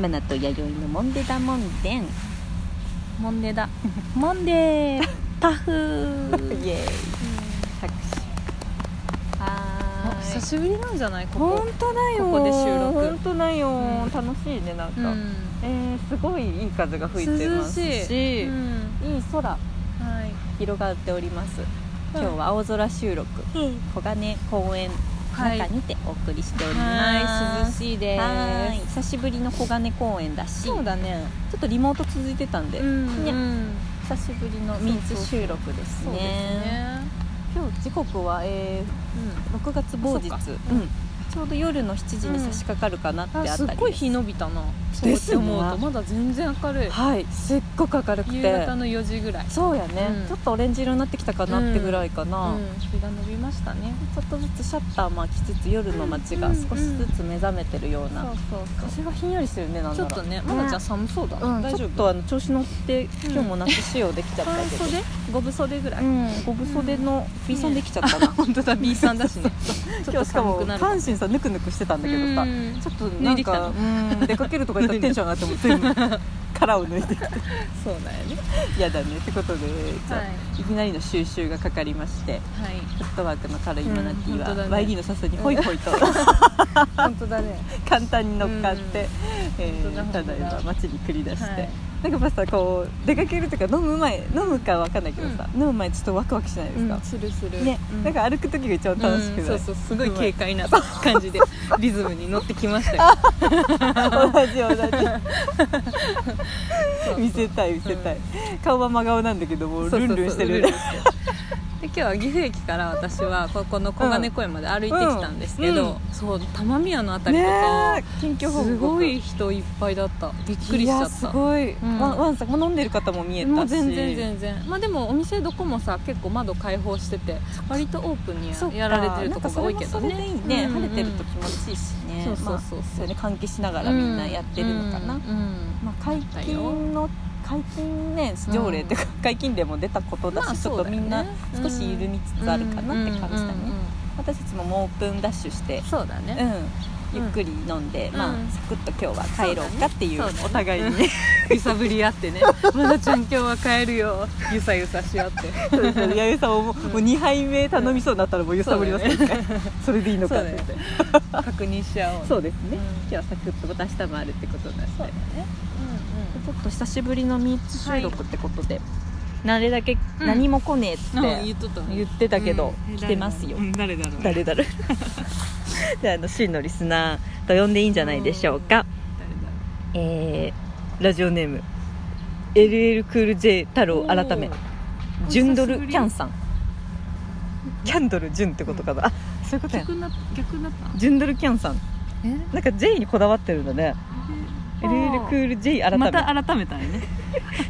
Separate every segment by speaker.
Speaker 1: マナと弥生のモンデダモンデン
Speaker 2: モン デだモンデータフー
Speaker 1: イエーイ拍手は
Speaker 2: あ
Speaker 1: ー
Speaker 2: 久
Speaker 1: い
Speaker 2: しぶりなんじゃないここ
Speaker 1: 本当だよ
Speaker 2: ここで収録
Speaker 1: 本当だよ、
Speaker 2: うん
Speaker 1: 楽しいねなん
Speaker 2: う
Speaker 1: か、
Speaker 2: ん
Speaker 1: えーすごいいい風が吹いてますし
Speaker 2: 涼
Speaker 1: い
Speaker 2: しい、うん
Speaker 1: い空
Speaker 2: はい
Speaker 1: 広がっております今日は青空収録小金公園
Speaker 2: はい
Speaker 1: 中にてお送りしており
Speaker 2: は
Speaker 1: ま
Speaker 2: い
Speaker 1: す、
Speaker 2: 涼しいです
Speaker 1: はーい久しぶりの小金公園だしちょ
Speaker 2: そうだね
Speaker 1: っとリモート続いてたんで、
Speaker 2: うん
Speaker 1: ね
Speaker 2: うん
Speaker 1: 久しぶりの
Speaker 2: そうそう
Speaker 1: ミーツ収録です
Speaker 2: そうです
Speaker 1: ね
Speaker 2: ね
Speaker 1: 今日時刻は、えー6月某日
Speaker 2: あそう
Speaker 1: うんちょうど夜の7時に差し掛かるかなってあた
Speaker 2: うん
Speaker 1: り
Speaker 2: あ
Speaker 1: です
Speaker 2: っごい日伸びたなそうやって思うとまだ全然明るい
Speaker 1: はいすっごく明るく
Speaker 2: 夕
Speaker 1: て
Speaker 2: 方の4時ぐらい
Speaker 1: そうやね、
Speaker 2: うん
Speaker 1: ちょっとオレンジ色になってきたかなってぐらいかな、
Speaker 2: うん日が伸びましたね
Speaker 1: ちょっとずつシャッター巻きつつ夜の街が少しずつ目覚めてるような、
Speaker 2: そう
Speaker 1: 風がひんやりしてるねなん
Speaker 2: ち
Speaker 1: だ
Speaker 2: ょ
Speaker 1: ろ
Speaker 2: っとねまだじゃあ寒そうだ
Speaker 1: う、
Speaker 2: なん大
Speaker 1: ち
Speaker 2: 丈
Speaker 1: ょっと
Speaker 2: 夫
Speaker 1: あの調子乗って今日も夏仕様できちゃった
Speaker 2: 半
Speaker 1: けど、
Speaker 2: 袖5分袖ぐらい
Speaker 1: うん、ごぶ袖の B さんできちゃったな、
Speaker 2: 本当だ B さんだしね
Speaker 1: 今日しかも下半身さぬくぬくしてたんだけどさ、
Speaker 2: うん
Speaker 1: ちょっと
Speaker 2: 脱
Speaker 1: ないん
Speaker 2: できた
Speaker 1: か
Speaker 2: の
Speaker 1: うん出かけるとか言ったらテンション上がってもう全 部殻を抜いてきて
Speaker 2: そうだよね
Speaker 1: 嫌だねってことでじゃあ、、
Speaker 2: はい
Speaker 1: きなりの収集がかかりまして
Speaker 2: はい
Speaker 1: フットワークの軽いマナティーは、
Speaker 2: うん本当だね
Speaker 1: YD の笹にホイホイと、
Speaker 2: 本当だね
Speaker 1: 簡単に乗っかって、
Speaker 2: うん
Speaker 1: えー
Speaker 2: 本当だ
Speaker 1: ただいま街に繰り出して、
Speaker 2: はい
Speaker 1: なんかやっぱさこう出かけるとか飲む前飲むかわかんないけどさ、飲む前ちょっとワクワクしないですか、
Speaker 2: するする
Speaker 1: ね、なんか歩く時が一番楽しく
Speaker 2: う
Speaker 1: な
Speaker 2: んそ
Speaker 1: いう
Speaker 2: そうすごい軽快な感じでリズムに乗ってきましたよ
Speaker 1: 同じ同じ
Speaker 2: そうそう
Speaker 1: 見せたい見せたい、顔は真顔なんだけどもう
Speaker 2: そうそ
Speaker 1: ルン
Speaker 2: うそう
Speaker 1: ルンしてる
Speaker 2: ルンルンしてるで今日は岐阜駅から私はここの小金公園まで歩いてきたんですけど、
Speaker 1: うんうん
Speaker 2: そう玉宮のあたりと
Speaker 1: ね
Speaker 2: か、
Speaker 1: え近況報告
Speaker 2: すごい人いっぱいだったびっくりしち
Speaker 1: い
Speaker 2: ゃ
Speaker 1: や
Speaker 2: っ
Speaker 1: す
Speaker 2: た
Speaker 1: ごい、
Speaker 2: ん
Speaker 1: ワンワンさんも飲んでる方も見えたし
Speaker 2: もう全然全然まあでもお店どこもさ結構窓開放してて割とオープンに
Speaker 1: そっか
Speaker 2: やられてるとこが多いけどね
Speaker 1: なんかそれもそれでいいね、
Speaker 2: うんうん
Speaker 1: 晴れてると気持ちいいしね
Speaker 2: そうそうそうそう
Speaker 1: まあ、それで換気しながらみんなやってるのかな、
Speaker 2: うんうん
Speaker 1: まあ、解禁の解禁ね条例っていうか、解禁令も出たことだし、
Speaker 2: まあ
Speaker 1: ちょ
Speaker 2: そ
Speaker 1: っ
Speaker 2: う
Speaker 1: と
Speaker 2: だ
Speaker 1: み
Speaker 2: よね
Speaker 1: んな少し緩みつつあるかなって感じだね、
Speaker 2: うんうんうん
Speaker 1: 私たちももうオープンダッシュして
Speaker 2: うん、そうだ
Speaker 1: う
Speaker 2: ね、
Speaker 1: ん、ゆっくり飲んで、
Speaker 2: うん
Speaker 1: ま
Speaker 2: うん
Speaker 1: あ、サクッと今日は帰ろうかっていう
Speaker 2: そうだね
Speaker 1: お互いに、
Speaker 2: 揺さぶり合 ってね「まだちゃん今日は帰るよ」ゆさゆさし 合って
Speaker 1: そう ですよね弥生さんももう,、もう2杯目頼みそうになったらもう揺さぶりますよねそれでいいのかって言って
Speaker 2: そう確認し合おう
Speaker 1: そうですね、
Speaker 2: うん
Speaker 1: 今日はサクッとまた明日もあるってことなんで
Speaker 2: そうだねうん
Speaker 1: ちょっと久しぶりのミーツ収録ってことで、なるだけ
Speaker 2: うん
Speaker 1: 何も来ねえっ
Speaker 2: うんあ
Speaker 1: て
Speaker 2: 言っとったね
Speaker 1: 言ってたけど、
Speaker 2: うん
Speaker 1: 来てますよ、
Speaker 2: うん誰だろう
Speaker 1: 誰だろ うじゃああの真のリスナーと呼んでいいんじゃないでしょうか、
Speaker 2: 誰だろ
Speaker 1: えーラジオネーム LL クール J 太郎
Speaker 2: お
Speaker 1: 改
Speaker 2: ー
Speaker 1: め
Speaker 2: お
Speaker 1: ジュンド
Speaker 2: 久しぶ
Speaker 1: ル
Speaker 2: り
Speaker 1: キャンさんキャンドルジュンってことかな、あそういうこ
Speaker 2: う
Speaker 1: とや
Speaker 2: 逆な逆だっ た
Speaker 1: ジュンドルキャンさん
Speaker 2: え
Speaker 1: なんか J にこだわってるんだね LL クール J 改め、
Speaker 2: また改めたね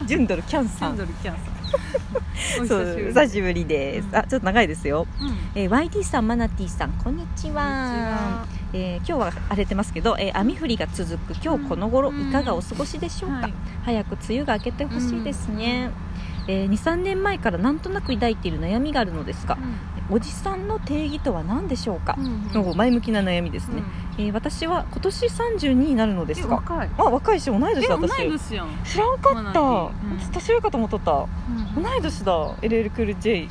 Speaker 1: ジュンドルキャン
Speaker 2: ジ
Speaker 1: さ
Speaker 2: ュン
Speaker 1: ん
Speaker 2: ドルキャン さんお
Speaker 1: そう
Speaker 2: 久しぶり
Speaker 1: 久しぶりです、
Speaker 2: うん
Speaker 1: あちょっと長いですよ、
Speaker 2: うん
Speaker 1: えー、YT さんマナティさんこんにちはえー今日は荒れてますけど、えー雨降りが続く今日この頃
Speaker 2: うん
Speaker 1: いかがお過ごしでしょうか、
Speaker 2: はい
Speaker 1: 早く梅雨が明けてほしいですね、えー、23年前からなんとなく抱いている悩みがあるのですがおじさんの定義とは何でしょうか
Speaker 2: う、んうん
Speaker 1: お前向きな悩みです
Speaker 2: うん
Speaker 1: ね、えー私は今年32になるので
Speaker 2: え
Speaker 1: すが
Speaker 2: 若い
Speaker 1: あ若いし同い年
Speaker 2: え
Speaker 1: だ
Speaker 2: 同い
Speaker 1: 私
Speaker 2: 年やん
Speaker 1: 知らんか
Speaker 2: マナ
Speaker 1: っ
Speaker 2: テ
Speaker 1: た、
Speaker 2: ィうん
Speaker 1: 私年上かと思っとった同い年だ LL クール J、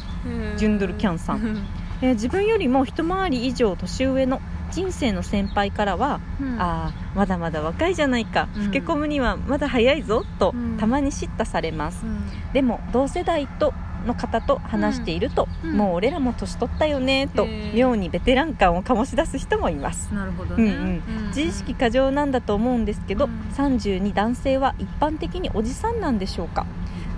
Speaker 1: ジュンドルキャンさん
Speaker 2: ん
Speaker 1: えー自分よりも一回り以上年上の人生の先輩からは、ああまだまだ若いじゃないか、
Speaker 2: うん
Speaker 1: 老け込むにはまだ早いぞと、
Speaker 2: うん
Speaker 1: たまに叱咤されます
Speaker 2: うん
Speaker 1: でも同世代との方と話していると、
Speaker 2: うんうん
Speaker 1: もう俺らも年取ったよねと、
Speaker 2: へー
Speaker 1: 妙にベテラン感を醸し出す人もいます
Speaker 2: なるほどね
Speaker 1: うんうん自意識過剰なんだと思うんですけど、
Speaker 2: うん
Speaker 1: 32男性は一般的におじさんなんでしょうか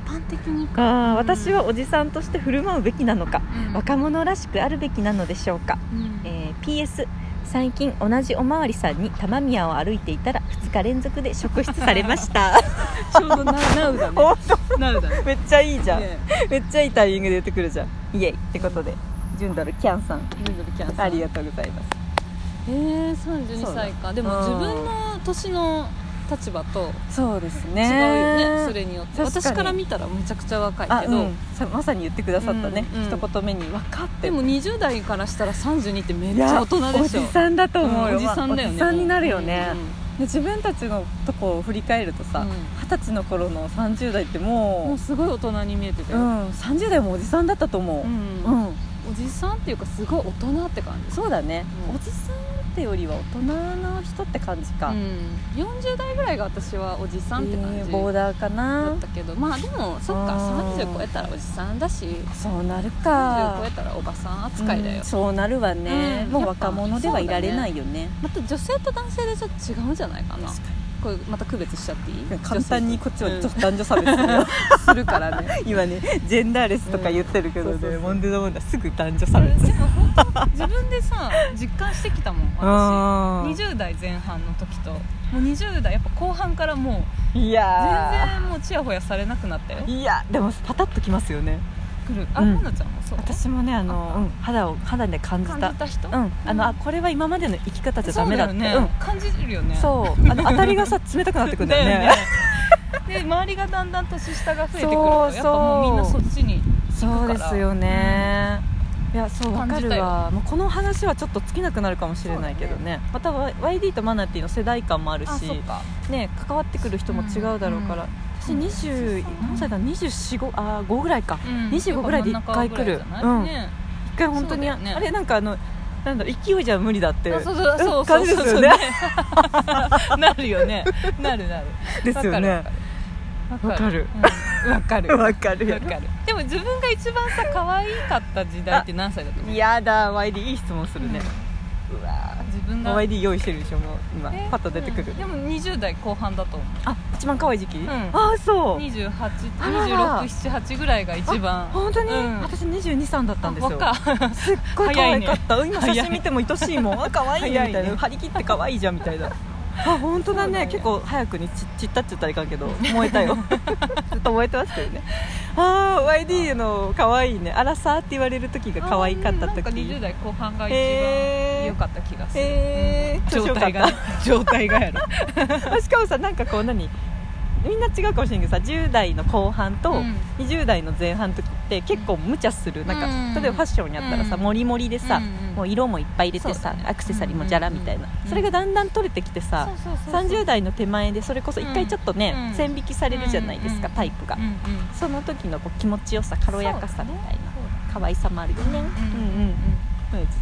Speaker 2: 一般的にか
Speaker 1: あー
Speaker 2: うん
Speaker 1: 私はおじさんとして振る舞うべきなのか若者らしくあるべきなのでしょうか、
Speaker 2: うん
Speaker 1: えー PS 最近同じおまわりさんに玉宮を歩いていたら2日連続で職質されました
Speaker 2: ちょうどな なうだね
Speaker 1: お
Speaker 2: なうだね
Speaker 1: めっちゃいいじゃん、
Speaker 2: ね
Speaker 1: めっちゃいいタイミングで言ってくるじゃんイエイってことでジュンダルキャンさん
Speaker 2: ジュンドルキャンさん
Speaker 1: ありがとうございます
Speaker 2: えー、32歳かでも
Speaker 1: うん
Speaker 2: 自分の年の立場と
Speaker 1: そうです
Speaker 2: 違う
Speaker 1: ね
Speaker 2: よねそれによって
Speaker 1: 確かに
Speaker 2: 私から見たらめちゃくちゃ若い
Speaker 1: あ、
Speaker 2: け
Speaker 1: う
Speaker 2: ど、
Speaker 1: ん、さまさに言ってくださったね、
Speaker 2: うんうん
Speaker 1: 一言目に「分かって」
Speaker 2: でも20代からしたら32ってめっちゃ大人でしょ
Speaker 1: いやおじさんだと思うよ、
Speaker 2: うんおじさんだよね
Speaker 1: おじさんになるよね、
Speaker 2: うん
Speaker 1: で自分たちのとこを振り返るとさ
Speaker 2: うん
Speaker 1: 二十、歳の頃の30代って
Speaker 2: も
Speaker 1: も
Speaker 2: うすごい大人に見えてた
Speaker 1: う、う
Speaker 2: よ、
Speaker 1: ん、30代もおじさんだったと思
Speaker 2: う
Speaker 1: う、
Speaker 2: ん
Speaker 1: うん
Speaker 2: おじさんっていうかすごい大人って感じ
Speaker 1: そうだね、
Speaker 2: うん
Speaker 1: おじさんってよりは大人の人って感じか、
Speaker 2: うん、40代ぐらいが私はおじさんって感
Speaker 1: えー
Speaker 2: じ
Speaker 1: ボー
Speaker 2: だ
Speaker 1: ダーかな
Speaker 2: ったけどまあでもそっか
Speaker 1: あー
Speaker 2: 30超えたらおじさんだし
Speaker 1: そうなる
Speaker 2: 30
Speaker 1: か
Speaker 2: 超えたらおばさん扱いだよ、
Speaker 1: うんそうなるわね、
Speaker 2: うん
Speaker 1: もう
Speaker 2: やっぱ
Speaker 1: 若者ではいられないよね
Speaker 2: また女性と男性でちょっと違うんじゃないかなこれまた区別しちゃっていい
Speaker 1: 簡単にこっちは
Speaker 2: 女
Speaker 1: ちょ
Speaker 2: 性
Speaker 1: っと男女差別するよ
Speaker 2: うんするからね
Speaker 1: 今ねジェンダーレスとか言ってるけど
Speaker 2: うんそうそう
Speaker 1: ね
Speaker 2: そう
Speaker 1: モンデのもんだすぐ男女
Speaker 2: そ
Speaker 1: 差
Speaker 2: れ
Speaker 1: 別
Speaker 2: でも本当自分でさ実感してきたもん私
Speaker 1: あー
Speaker 2: 20代前半の時ともう20代やっぱ後半からもう
Speaker 1: いや
Speaker 2: 全然もうちやほやされなくなったよ
Speaker 1: ーいやでもパタッときますよね
Speaker 2: 来るあ
Speaker 1: うん
Speaker 2: ほのちゃんもそう
Speaker 1: 私もねあの、うん肌を肌で感じた
Speaker 2: 感じた人
Speaker 1: うんあのあこれは今までの生き方じゃダ
Speaker 2: そう
Speaker 1: メ
Speaker 2: だ
Speaker 1: だっ
Speaker 2: よ
Speaker 1: て
Speaker 2: ね、感じるよね
Speaker 1: うんそうあ の当たりがさ冷たくなってくるんだよね
Speaker 2: だよねで周りがだんだん年下が増えて
Speaker 1: そ
Speaker 2: くると
Speaker 1: う
Speaker 2: やっぱもうみんなそ
Speaker 1: そう
Speaker 2: っちに
Speaker 1: そうですよね、いやそうわ
Speaker 2: 感
Speaker 1: か
Speaker 2: じ
Speaker 1: る
Speaker 2: たよ
Speaker 1: わもうこの話はちょっと尽きなくなるかもしれないけど
Speaker 2: そう
Speaker 1: ねまた YD とマナティの世代感もあるし
Speaker 2: あそっか
Speaker 1: ね、関わってくる人も違うだろうから、
Speaker 2: うんうん
Speaker 1: 私20何歳だ245あ5ぐらいか
Speaker 2: うん
Speaker 1: 25ぐらいで一回来る
Speaker 2: やっぱ真ん中ぐらいじゃないね
Speaker 1: 一回本当に、
Speaker 2: そうだよね
Speaker 1: あれなんかあのなんだろう勢いじゃ無理だって
Speaker 2: あそうそうそうそう
Speaker 1: 感じですよ ね
Speaker 2: そうなるよねなるなる
Speaker 1: ですよね
Speaker 2: わ
Speaker 1: わか
Speaker 2: かる
Speaker 1: る
Speaker 2: うんわかるわ
Speaker 1: わかるよ
Speaker 2: かるでも自分が一番さ可愛かった時代って何歳だと思う
Speaker 1: やだ YD いい質問するね、うわ
Speaker 2: 自分
Speaker 1: ー
Speaker 2: が
Speaker 1: YD 用意してるでしょもう今
Speaker 2: え
Speaker 1: パッと出てくる、
Speaker 2: うんでも20代後半だと思う
Speaker 1: あ一番可愛い時期、
Speaker 2: ん
Speaker 1: ああそう
Speaker 2: 2 8
Speaker 1: あらら
Speaker 2: 2 6 7 8ぐらいが一番
Speaker 1: 本当に、
Speaker 2: うん
Speaker 1: 私22歳だったんですよ
Speaker 2: 若
Speaker 1: すっごい可愛かった、今
Speaker 2: 早い
Speaker 1: 写真見ても愛しいもんあ可愛いみたいな
Speaker 2: 早いね
Speaker 1: 張り切って可愛いじゃんみたいなあ本当だ
Speaker 2: そう
Speaker 1: ね
Speaker 2: だよ
Speaker 1: 結構早くにちちったっちゃったらいかんけ ど燃えたよずっと燃えてますけどねああ YD の可愛いねアラサーって言われる時が 可愛かった
Speaker 2: うんなんか20
Speaker 1: 時
Speaker 2: 代後半が一
Speaker 1: へ
Speaker 2: 番
Speaker 1: ー
Speaker 2: 良かった気がする、
Speaker 1: えー、
Speaker 2: 状態が状態がやろ
Speaker 1: あしかもさなんかこう何みんな違うかもしれんけどさ10代の後半と
Speaker 2: うん
Speaker 1: 20代の前半の時って結構無茶する、なん
Speaker 2: う
Speaker 1: か
Speaker 2: ん
Speaker 1: 例えばファッションやったらさ、
Speaker 2: うん
Speaker 1: モリモリでさ、
Speaker 2: うんうん
Speaker 1: もう色もいっぱい入れて
Speaker 2: そうだ
Speaker 1: さ、
Speaker 2: ね
Speaker 1: アクセサリーもじゃらみたいな、
Speaker 2: うん
Speaker 1: それがだんだん取れてきてさ、
Speaker 2: そうそうそうそう
Speaker 1: 30代の手前でそれこそ一回ちょっとね、
Speaker 2: うん
Speaker 1: 線引きされるじゃないですか、
Speaker 2: うん
Speaker 1: タイプが、
Speaker 2: うんうん
Speaker 1: その時のこう気持ちよさ軽やかさみたいな、
Speaker 2: そうだね
Speaker 1: 可愛さもあるよね、
Speaker 2: う
Speaker 1: うんんうん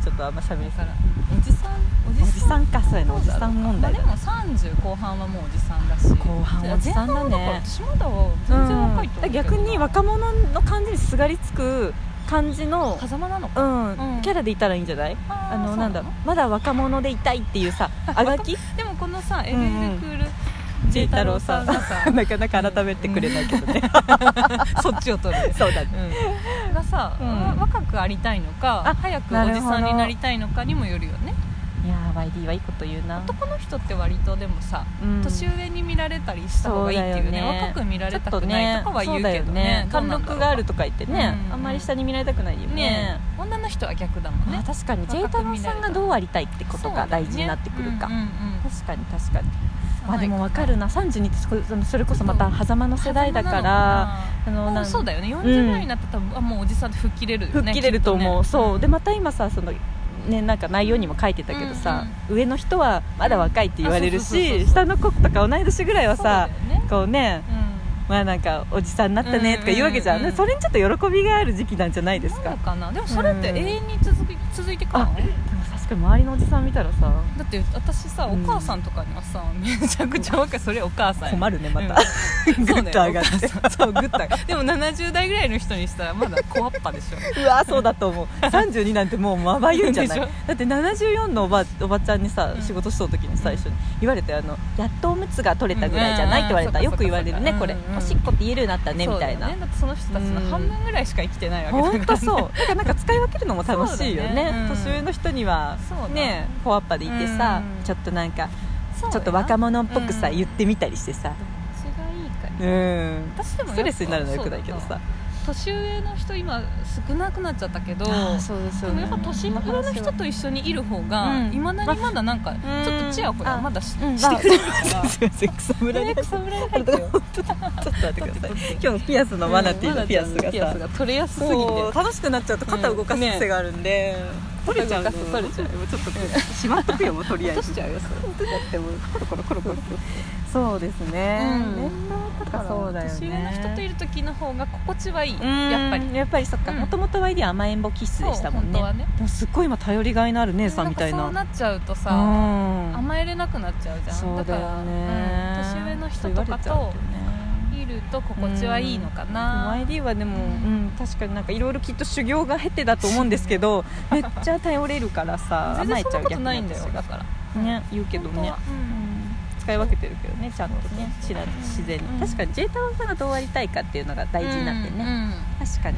Speaker 1: ちょっとあんま喋り
Speaker 2: だ
Speaker 1: すぎ
Speaker 2: からおじさんおじ
Speaker 1: おじさんかそうやね
Speaker 2: ど
Speaker 1: お
Speaker 2: う
Speaker 1: じ
Speaker 2: だろう
Speaker 1: さん問
Speaker 2: まあ
Speaker 1: 題
Speaker 2: で
Speaker 1: だ
Speaker 2: も30後半はもうおじさんだし
Speaker 1: 後半おじさんだね
Speaker 2: 前半はから私まだ全然若いと思うけどな、
Speaker 1: うん逆に若者の感じにすがりつく感じの、
Speaker 2: 風間なのか
Speaker 1: うん
Speaker 2: うん
Speaker 1: キャラでいたらいいんじゃない
Speaker 2: あー
Speaker 1: あの
Speaker 2: そう
Speaker 1: なんだろうまだ若者でいたいっていう さあがき
Speaker 2: でもこのさ
Speaker 1: うんうん
Speaker 2: LL クール
Speaker 1: J
Speaker 2: 太
Speaker 1: 太郎
Speaker 2: 郎
Speaker 1: さ
Speaker 2: さ
Speaker 1: ん
Speaker 2: んがさ
Speaker 1: なかなか改めてくれないけどね、
Speaker 2: そっちを取る
Speaker 1: そうだね
Speaker 2: うんがさ、
Speaker 1: うん
Speaker 2: わ若くありたいのか
Speaker 1: あ
Speaker 2: 早く
Speaker 1: な
Speaker 2: お
Speaker 1: る
Speaker 2: じ
Speaker 1: ほど
Speaker 2: さんになりたいのかにもよるよね
Speaker 1: いやー YD はいいこと言うな、
Speaker 2: 男の人って割とでもさ、
Speaker 1: うん
Speaker 2: 年上に見られたりした方がいいっていう
Speaker 1: そうだ
Speaker 2: ね
Speaker 1: よね
Speaker 2: 若く見られたくないとかは言うけどねどう
Speaker 1: 貫
Speaker 2: なんだろう
Speaker 1: 禄があるとか言ってね、
Speaker 2: うん
Speaker 1: あんまり下に見られたくないよね
Speaker 2: ね女の人は逆だもん
Speaker 1: あ
Speaker 2: ね
Speaker 1: ー確かに
Speaker 2: 若く
Speaker 1: J
Speaker 2: 見
Speaker 1: 太郎
Speaker 2: られた
Speaker 1: さんがどうありたいってことが大事になってくるか、
Speaker 2: そうだよねうんうんうん
Speaker 1: 確かに確かにまあでも分かるな32ってそこそのそれこそまた狭間の世代だからあの
Speaker 2: も
Speaker 1: な
Speaker 2: うんそうだよね40ぐらいになったら多分あもうおじさんって吹っ切れるよね
Speaker 1: 吹っ切れると思う、
Speaker 2: きっ
Speaker 1: そうでまた今さそのねなんか内容にも書いてたけどさ、上の人はまだ若いって言われる
Speaker 2: うんあそうそうそう
Speaker 1: し
Speaker 2: そう
Speaker 1: 下の子とか同い年ぐらいは
Speaker 2: そうだよ
Speaker 1: さ、
Speaker 2: ね
Speaker 1: こうね
Speaker 2: うん
Speaker 1: まあなんかおじさんになったねとか言うわけじゃん,、
Speaker 2: うんうんうん
Speaker 1: それにちょっと喜びがある時期なんじゃないです
Speaker 2: な
Speaker 1: か
Speaker 2: のかなでもそれって永遠に続き続いてくの
Speaker 1: あでも確かに周りのおじさん見たらさ
Speaker 2: だって私さお
Speaker 1: うん
Speaker 2: 母さんとかにはさ、めちゃくちゃ若いそれお母さんや
Speaker 1: 困るねまた、
Speaker 2: うん
Speaker 1: グ
Speaker 2: そう
Speaker 1: ッと
Speaker 2: だ
Speaker 1: 上
Speaker 2: よ
Speaker 1: がって
Speaker 2: お母さんそうグッと上がるでも70代ぐらいの人にしたらまだ小っぱでしょ
Speaker 1: うわそうだと思う32なんてもうまばゆいんじゃない
Speaker 2: でし
Speaker 1: だ
Speaker 2: ょ
Speaker 1: って74のおばおばちゃんにさ、
Speaker 2: うん
Speaker 1: 仕事しとう時に最初に言われてあのやっとおむつが取れたぐらいじゃないって言われた、
Speaker 2: うんうん
Speaker 1: よく言われるね
Speaker 2: そう
Speaker 1: これ、
Speaker 2: かそうかうんうん
Speaker 1: おしっこって言えるようになったね
Speaker 2: そ
Speaker 1: み
Speaker 2: うだ
Speaker 1: た
Speaker 2: よ
Speaker 1: いな
Speaker 2: ねだってその人たちの半分ぐらいしか生きてないわけだから
Speaker 1: 本当そうだからなんか使い分けるのも楽しいよね
Speaker 2: そうだよねうん
Speaker 1: 年上の人には
Speaker 2: そうだ
Speaker 1: ね小わっぱでいてさ、
Speaker 2: うん
Speaker 1: ちょっとなんか
Speaker 2: そう
Speaker 1: ちょっと若者っぽくさ、
Speaker 2: うん
Speaker 1: 言ってみたりしてさ
Speaker 2: どっちがいいか
Speaker 1: う
Speaker 2: ね
Speaker 1: ん
Speaker 2: 私でも
Speaker 1: ス
Speaker 2: やっぱ
Speaker 1: トレスになるのはよくないけどさ
Speaker 2: 年上の人今少なくなっちゃったけど
Speaker 1: あーそうです
Speaker 2: で
Speaker 1: よね
Speaker 2: もやっぱ年上の人と一緒にいる方が
Speaker 1: うん
Speaker 2: いまだにまだなんかちょっとちやほや
Speaker 1: うん
Speaker 2: まだし,、
Speaker 1: うん
Speaker 2: してくれるか
Speaker 1: すいません草むら
Speaker 2: ら
Speaker 1: に
Speaker 2: ね草むらに入ってよ
Speaker 1: ちょっと待ってください今日ピアスのマナティーのピアスが
Speaker 2: ピア
Speaker 1: さ
Speaker 2: スが取れやすすぎて
Speaker 1: そう楽しくなっちゃうと肩動かす癖があるんで、取れちゃうの
Speaker 2: 動かす取れちゃう
Speaker 1: もうちょっとしまっとくよもうとりあえ
Speaker 2: 落と
Speaker 1: ず
Speaker 2: しちゃうよそれ
Speaker 1: だってもうコロコロコロコロそうですね
Speaker 2: うん
Speaker 1: 年賀とかそうだよね
Speaker 2: 年上の人といる時の方が心地はいい
Speaker 1: うん
Speaker 2: やっぱり
Speaker 1: やっぱりそっか
Speaker 2: うん
Speaker 1: もともと YD は甘えん坊気質でしたもん
Speaker 2: そう本当
Speaker 1: ね
Speaker 2: はね
Speaker 1: でもすっごい今頼りがいのある姉さんみたい
Speaker 2: んか
Speaker 1: な
Speaker 2: そうなっちゃうとさ
Speaker 1: 甘
Speaker 2: 甘えれなくなっちゃうじゃん
Speaker 1: そうだよね
Speaker 2: から、うん年上の人
Speaker 1: そう
Speaker 2: と
Speaker 1: 言わ
Speaker 2: か
Speaker 1: れちゃうよ
Speaker 2: と
Speaker 1: ね
Speaker 2: いると心地はいいのか
Speaker 1: でも
Speaker 2: な
Speaker 1: YD はでも、うん、確かになんかいろいろきっと修行が経てだと思うんですけどめっちゃ頼れるからさ
Speaker 2: 全
Speaker 1: 甘え
Speaker 2: 然そ
Speaker 1: ち
Speaker 2: ん
Speaker 1: ゃ
Speaker 2: な
Speaker 1: う
Speaker 2: ことないんだよ
Speaker 1: 逆に
Speaker 2: だから
Speaker 1: 私ね言うけど
Speaker 2: 本当
Speaker 1: ね
Speaker 2: はうん
Speaker 1: 使い分けてるけどねちゃんとね知らず自然に、
Speaker 2: うん
Speaker 1: 確かに J タワーさんがどうありたいかっていうのが大事になってね、
Speaker 2: うんうん
Speaker 1: 確かに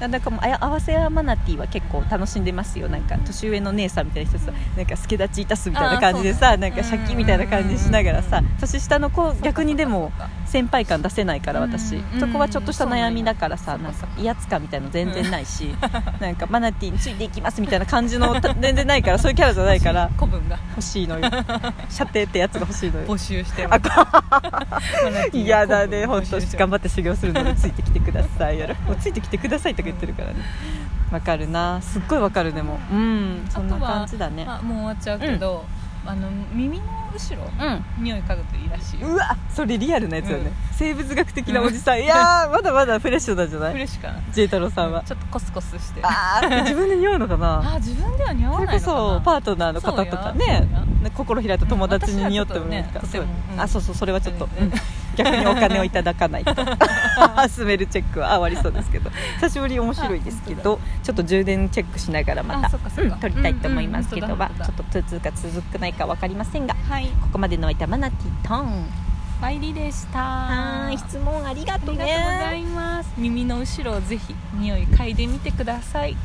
Speaker 1: なんかもうあや合わせマナティーは結構楽しんでますよなんか年上の姉さんみたいな人さなんか助立ちいたすみたいな感じで
Speaker 2: あ
Speaker 1: さ
Speaker 2: ーそう
Speaker 1: な
Speaker 2: だ
Speaker 1: ん
Speaker 2: ね
Speaker 1: か借金みたいな感じしながら
Speaker 2: う
Speaker 1: さ
Speaker 2: ん
Speaker 1: 年下の子逆にでも
Speaker 2: そうか
Speaker 1: 先輩感出せないから私、
Speaker 2: うん
Speaker 1: そこはちょっとした悩みだからさ、
Speaker 2: うん
Speaker 1: なん
Speaker 2: そ
Speaker 1: か
Speaker 2: っかそっ
Speaker 1: 威
Speaker 2: か
Speaker 1: 圧感みたいの全然ないし、 なんかマナティーについていきますみたいな感じの た全然ないからそういうキャラじゃないから
Speaker 2: 古文が
Speaker 1: 欲しい のよ射程ってやつが欲しいのよ
Speaker 2: 募集して
Speaker 1: あ
Speaker 2: ます
Speaker 1: 嫌だね本当頑
Speaker 2: 張
Speaker 1: 張って修行するのでついてきてくださいやろ もうついてきてくださいとか言ってるからねわかるなすっごいわかるでもうんそんな感じだね
Speaker 2: あもう終わっちゃうけど、あの耳の後ろ
Speaker 1: う
Speaker 2: 匂い嗅ぐといいらしいよ
Speaker 1: んうわそれリアルなやつだね、
Speaker 2: うん
Speaker 1: 生物学的なおじさん、いやーまだまだフレッシュなんじゃない
Speaker 2: 嬉しかな
Speaker 1: ジェイ太郎さんは、
Speaker 2: ちょっとコスコスしてあ
Speaker 1: あー自分で匂うのかな
Speaker 2: あ自分では似合わ
Speaker 1: それ
Speaker 2: ないのかな
Speaker 1: こそパートナーの方とかね
Speaker 2: そうよ
Speaker 1: ね心開いた友達に匂ってもいいか、
Speaker 2: うん私はちょっとねとてもうん
Speaker 1: あそうそうそれはちょっと、
Speaker 2: うん
Speaker 1: うん逆にお金をいただか ないとスメルチェックはあ終わりそうですけど久しぶり面白いですけどちょっと充電チェックしながらま
Speaker 2: あ
Speaker 1: た
Speaker 2: そっかそっか
Speaker 1: うん撮りたいと思いますけど
Speaker 2: うんうん
Speaker 1: は
Speaker 2: 本当
Speaker 1: ちょっ
Speaker 2: だ
Speaker 1: と続くか続くないか分かりませんがこ
Speaker 2: はい
Speaker 1: こまでのおいたマナティトーン
Speaker 2: ワイリでした
Speaker 1: はーい質問ありが
Speaker 2: あり
Speaker 1: と
Speaker 2: がと
Speaker 1: う
Speaker 2: うご
Speaker 1: ね
Speaker 2: ざいます耳の後ろをぜひ匂い嗅いでみてください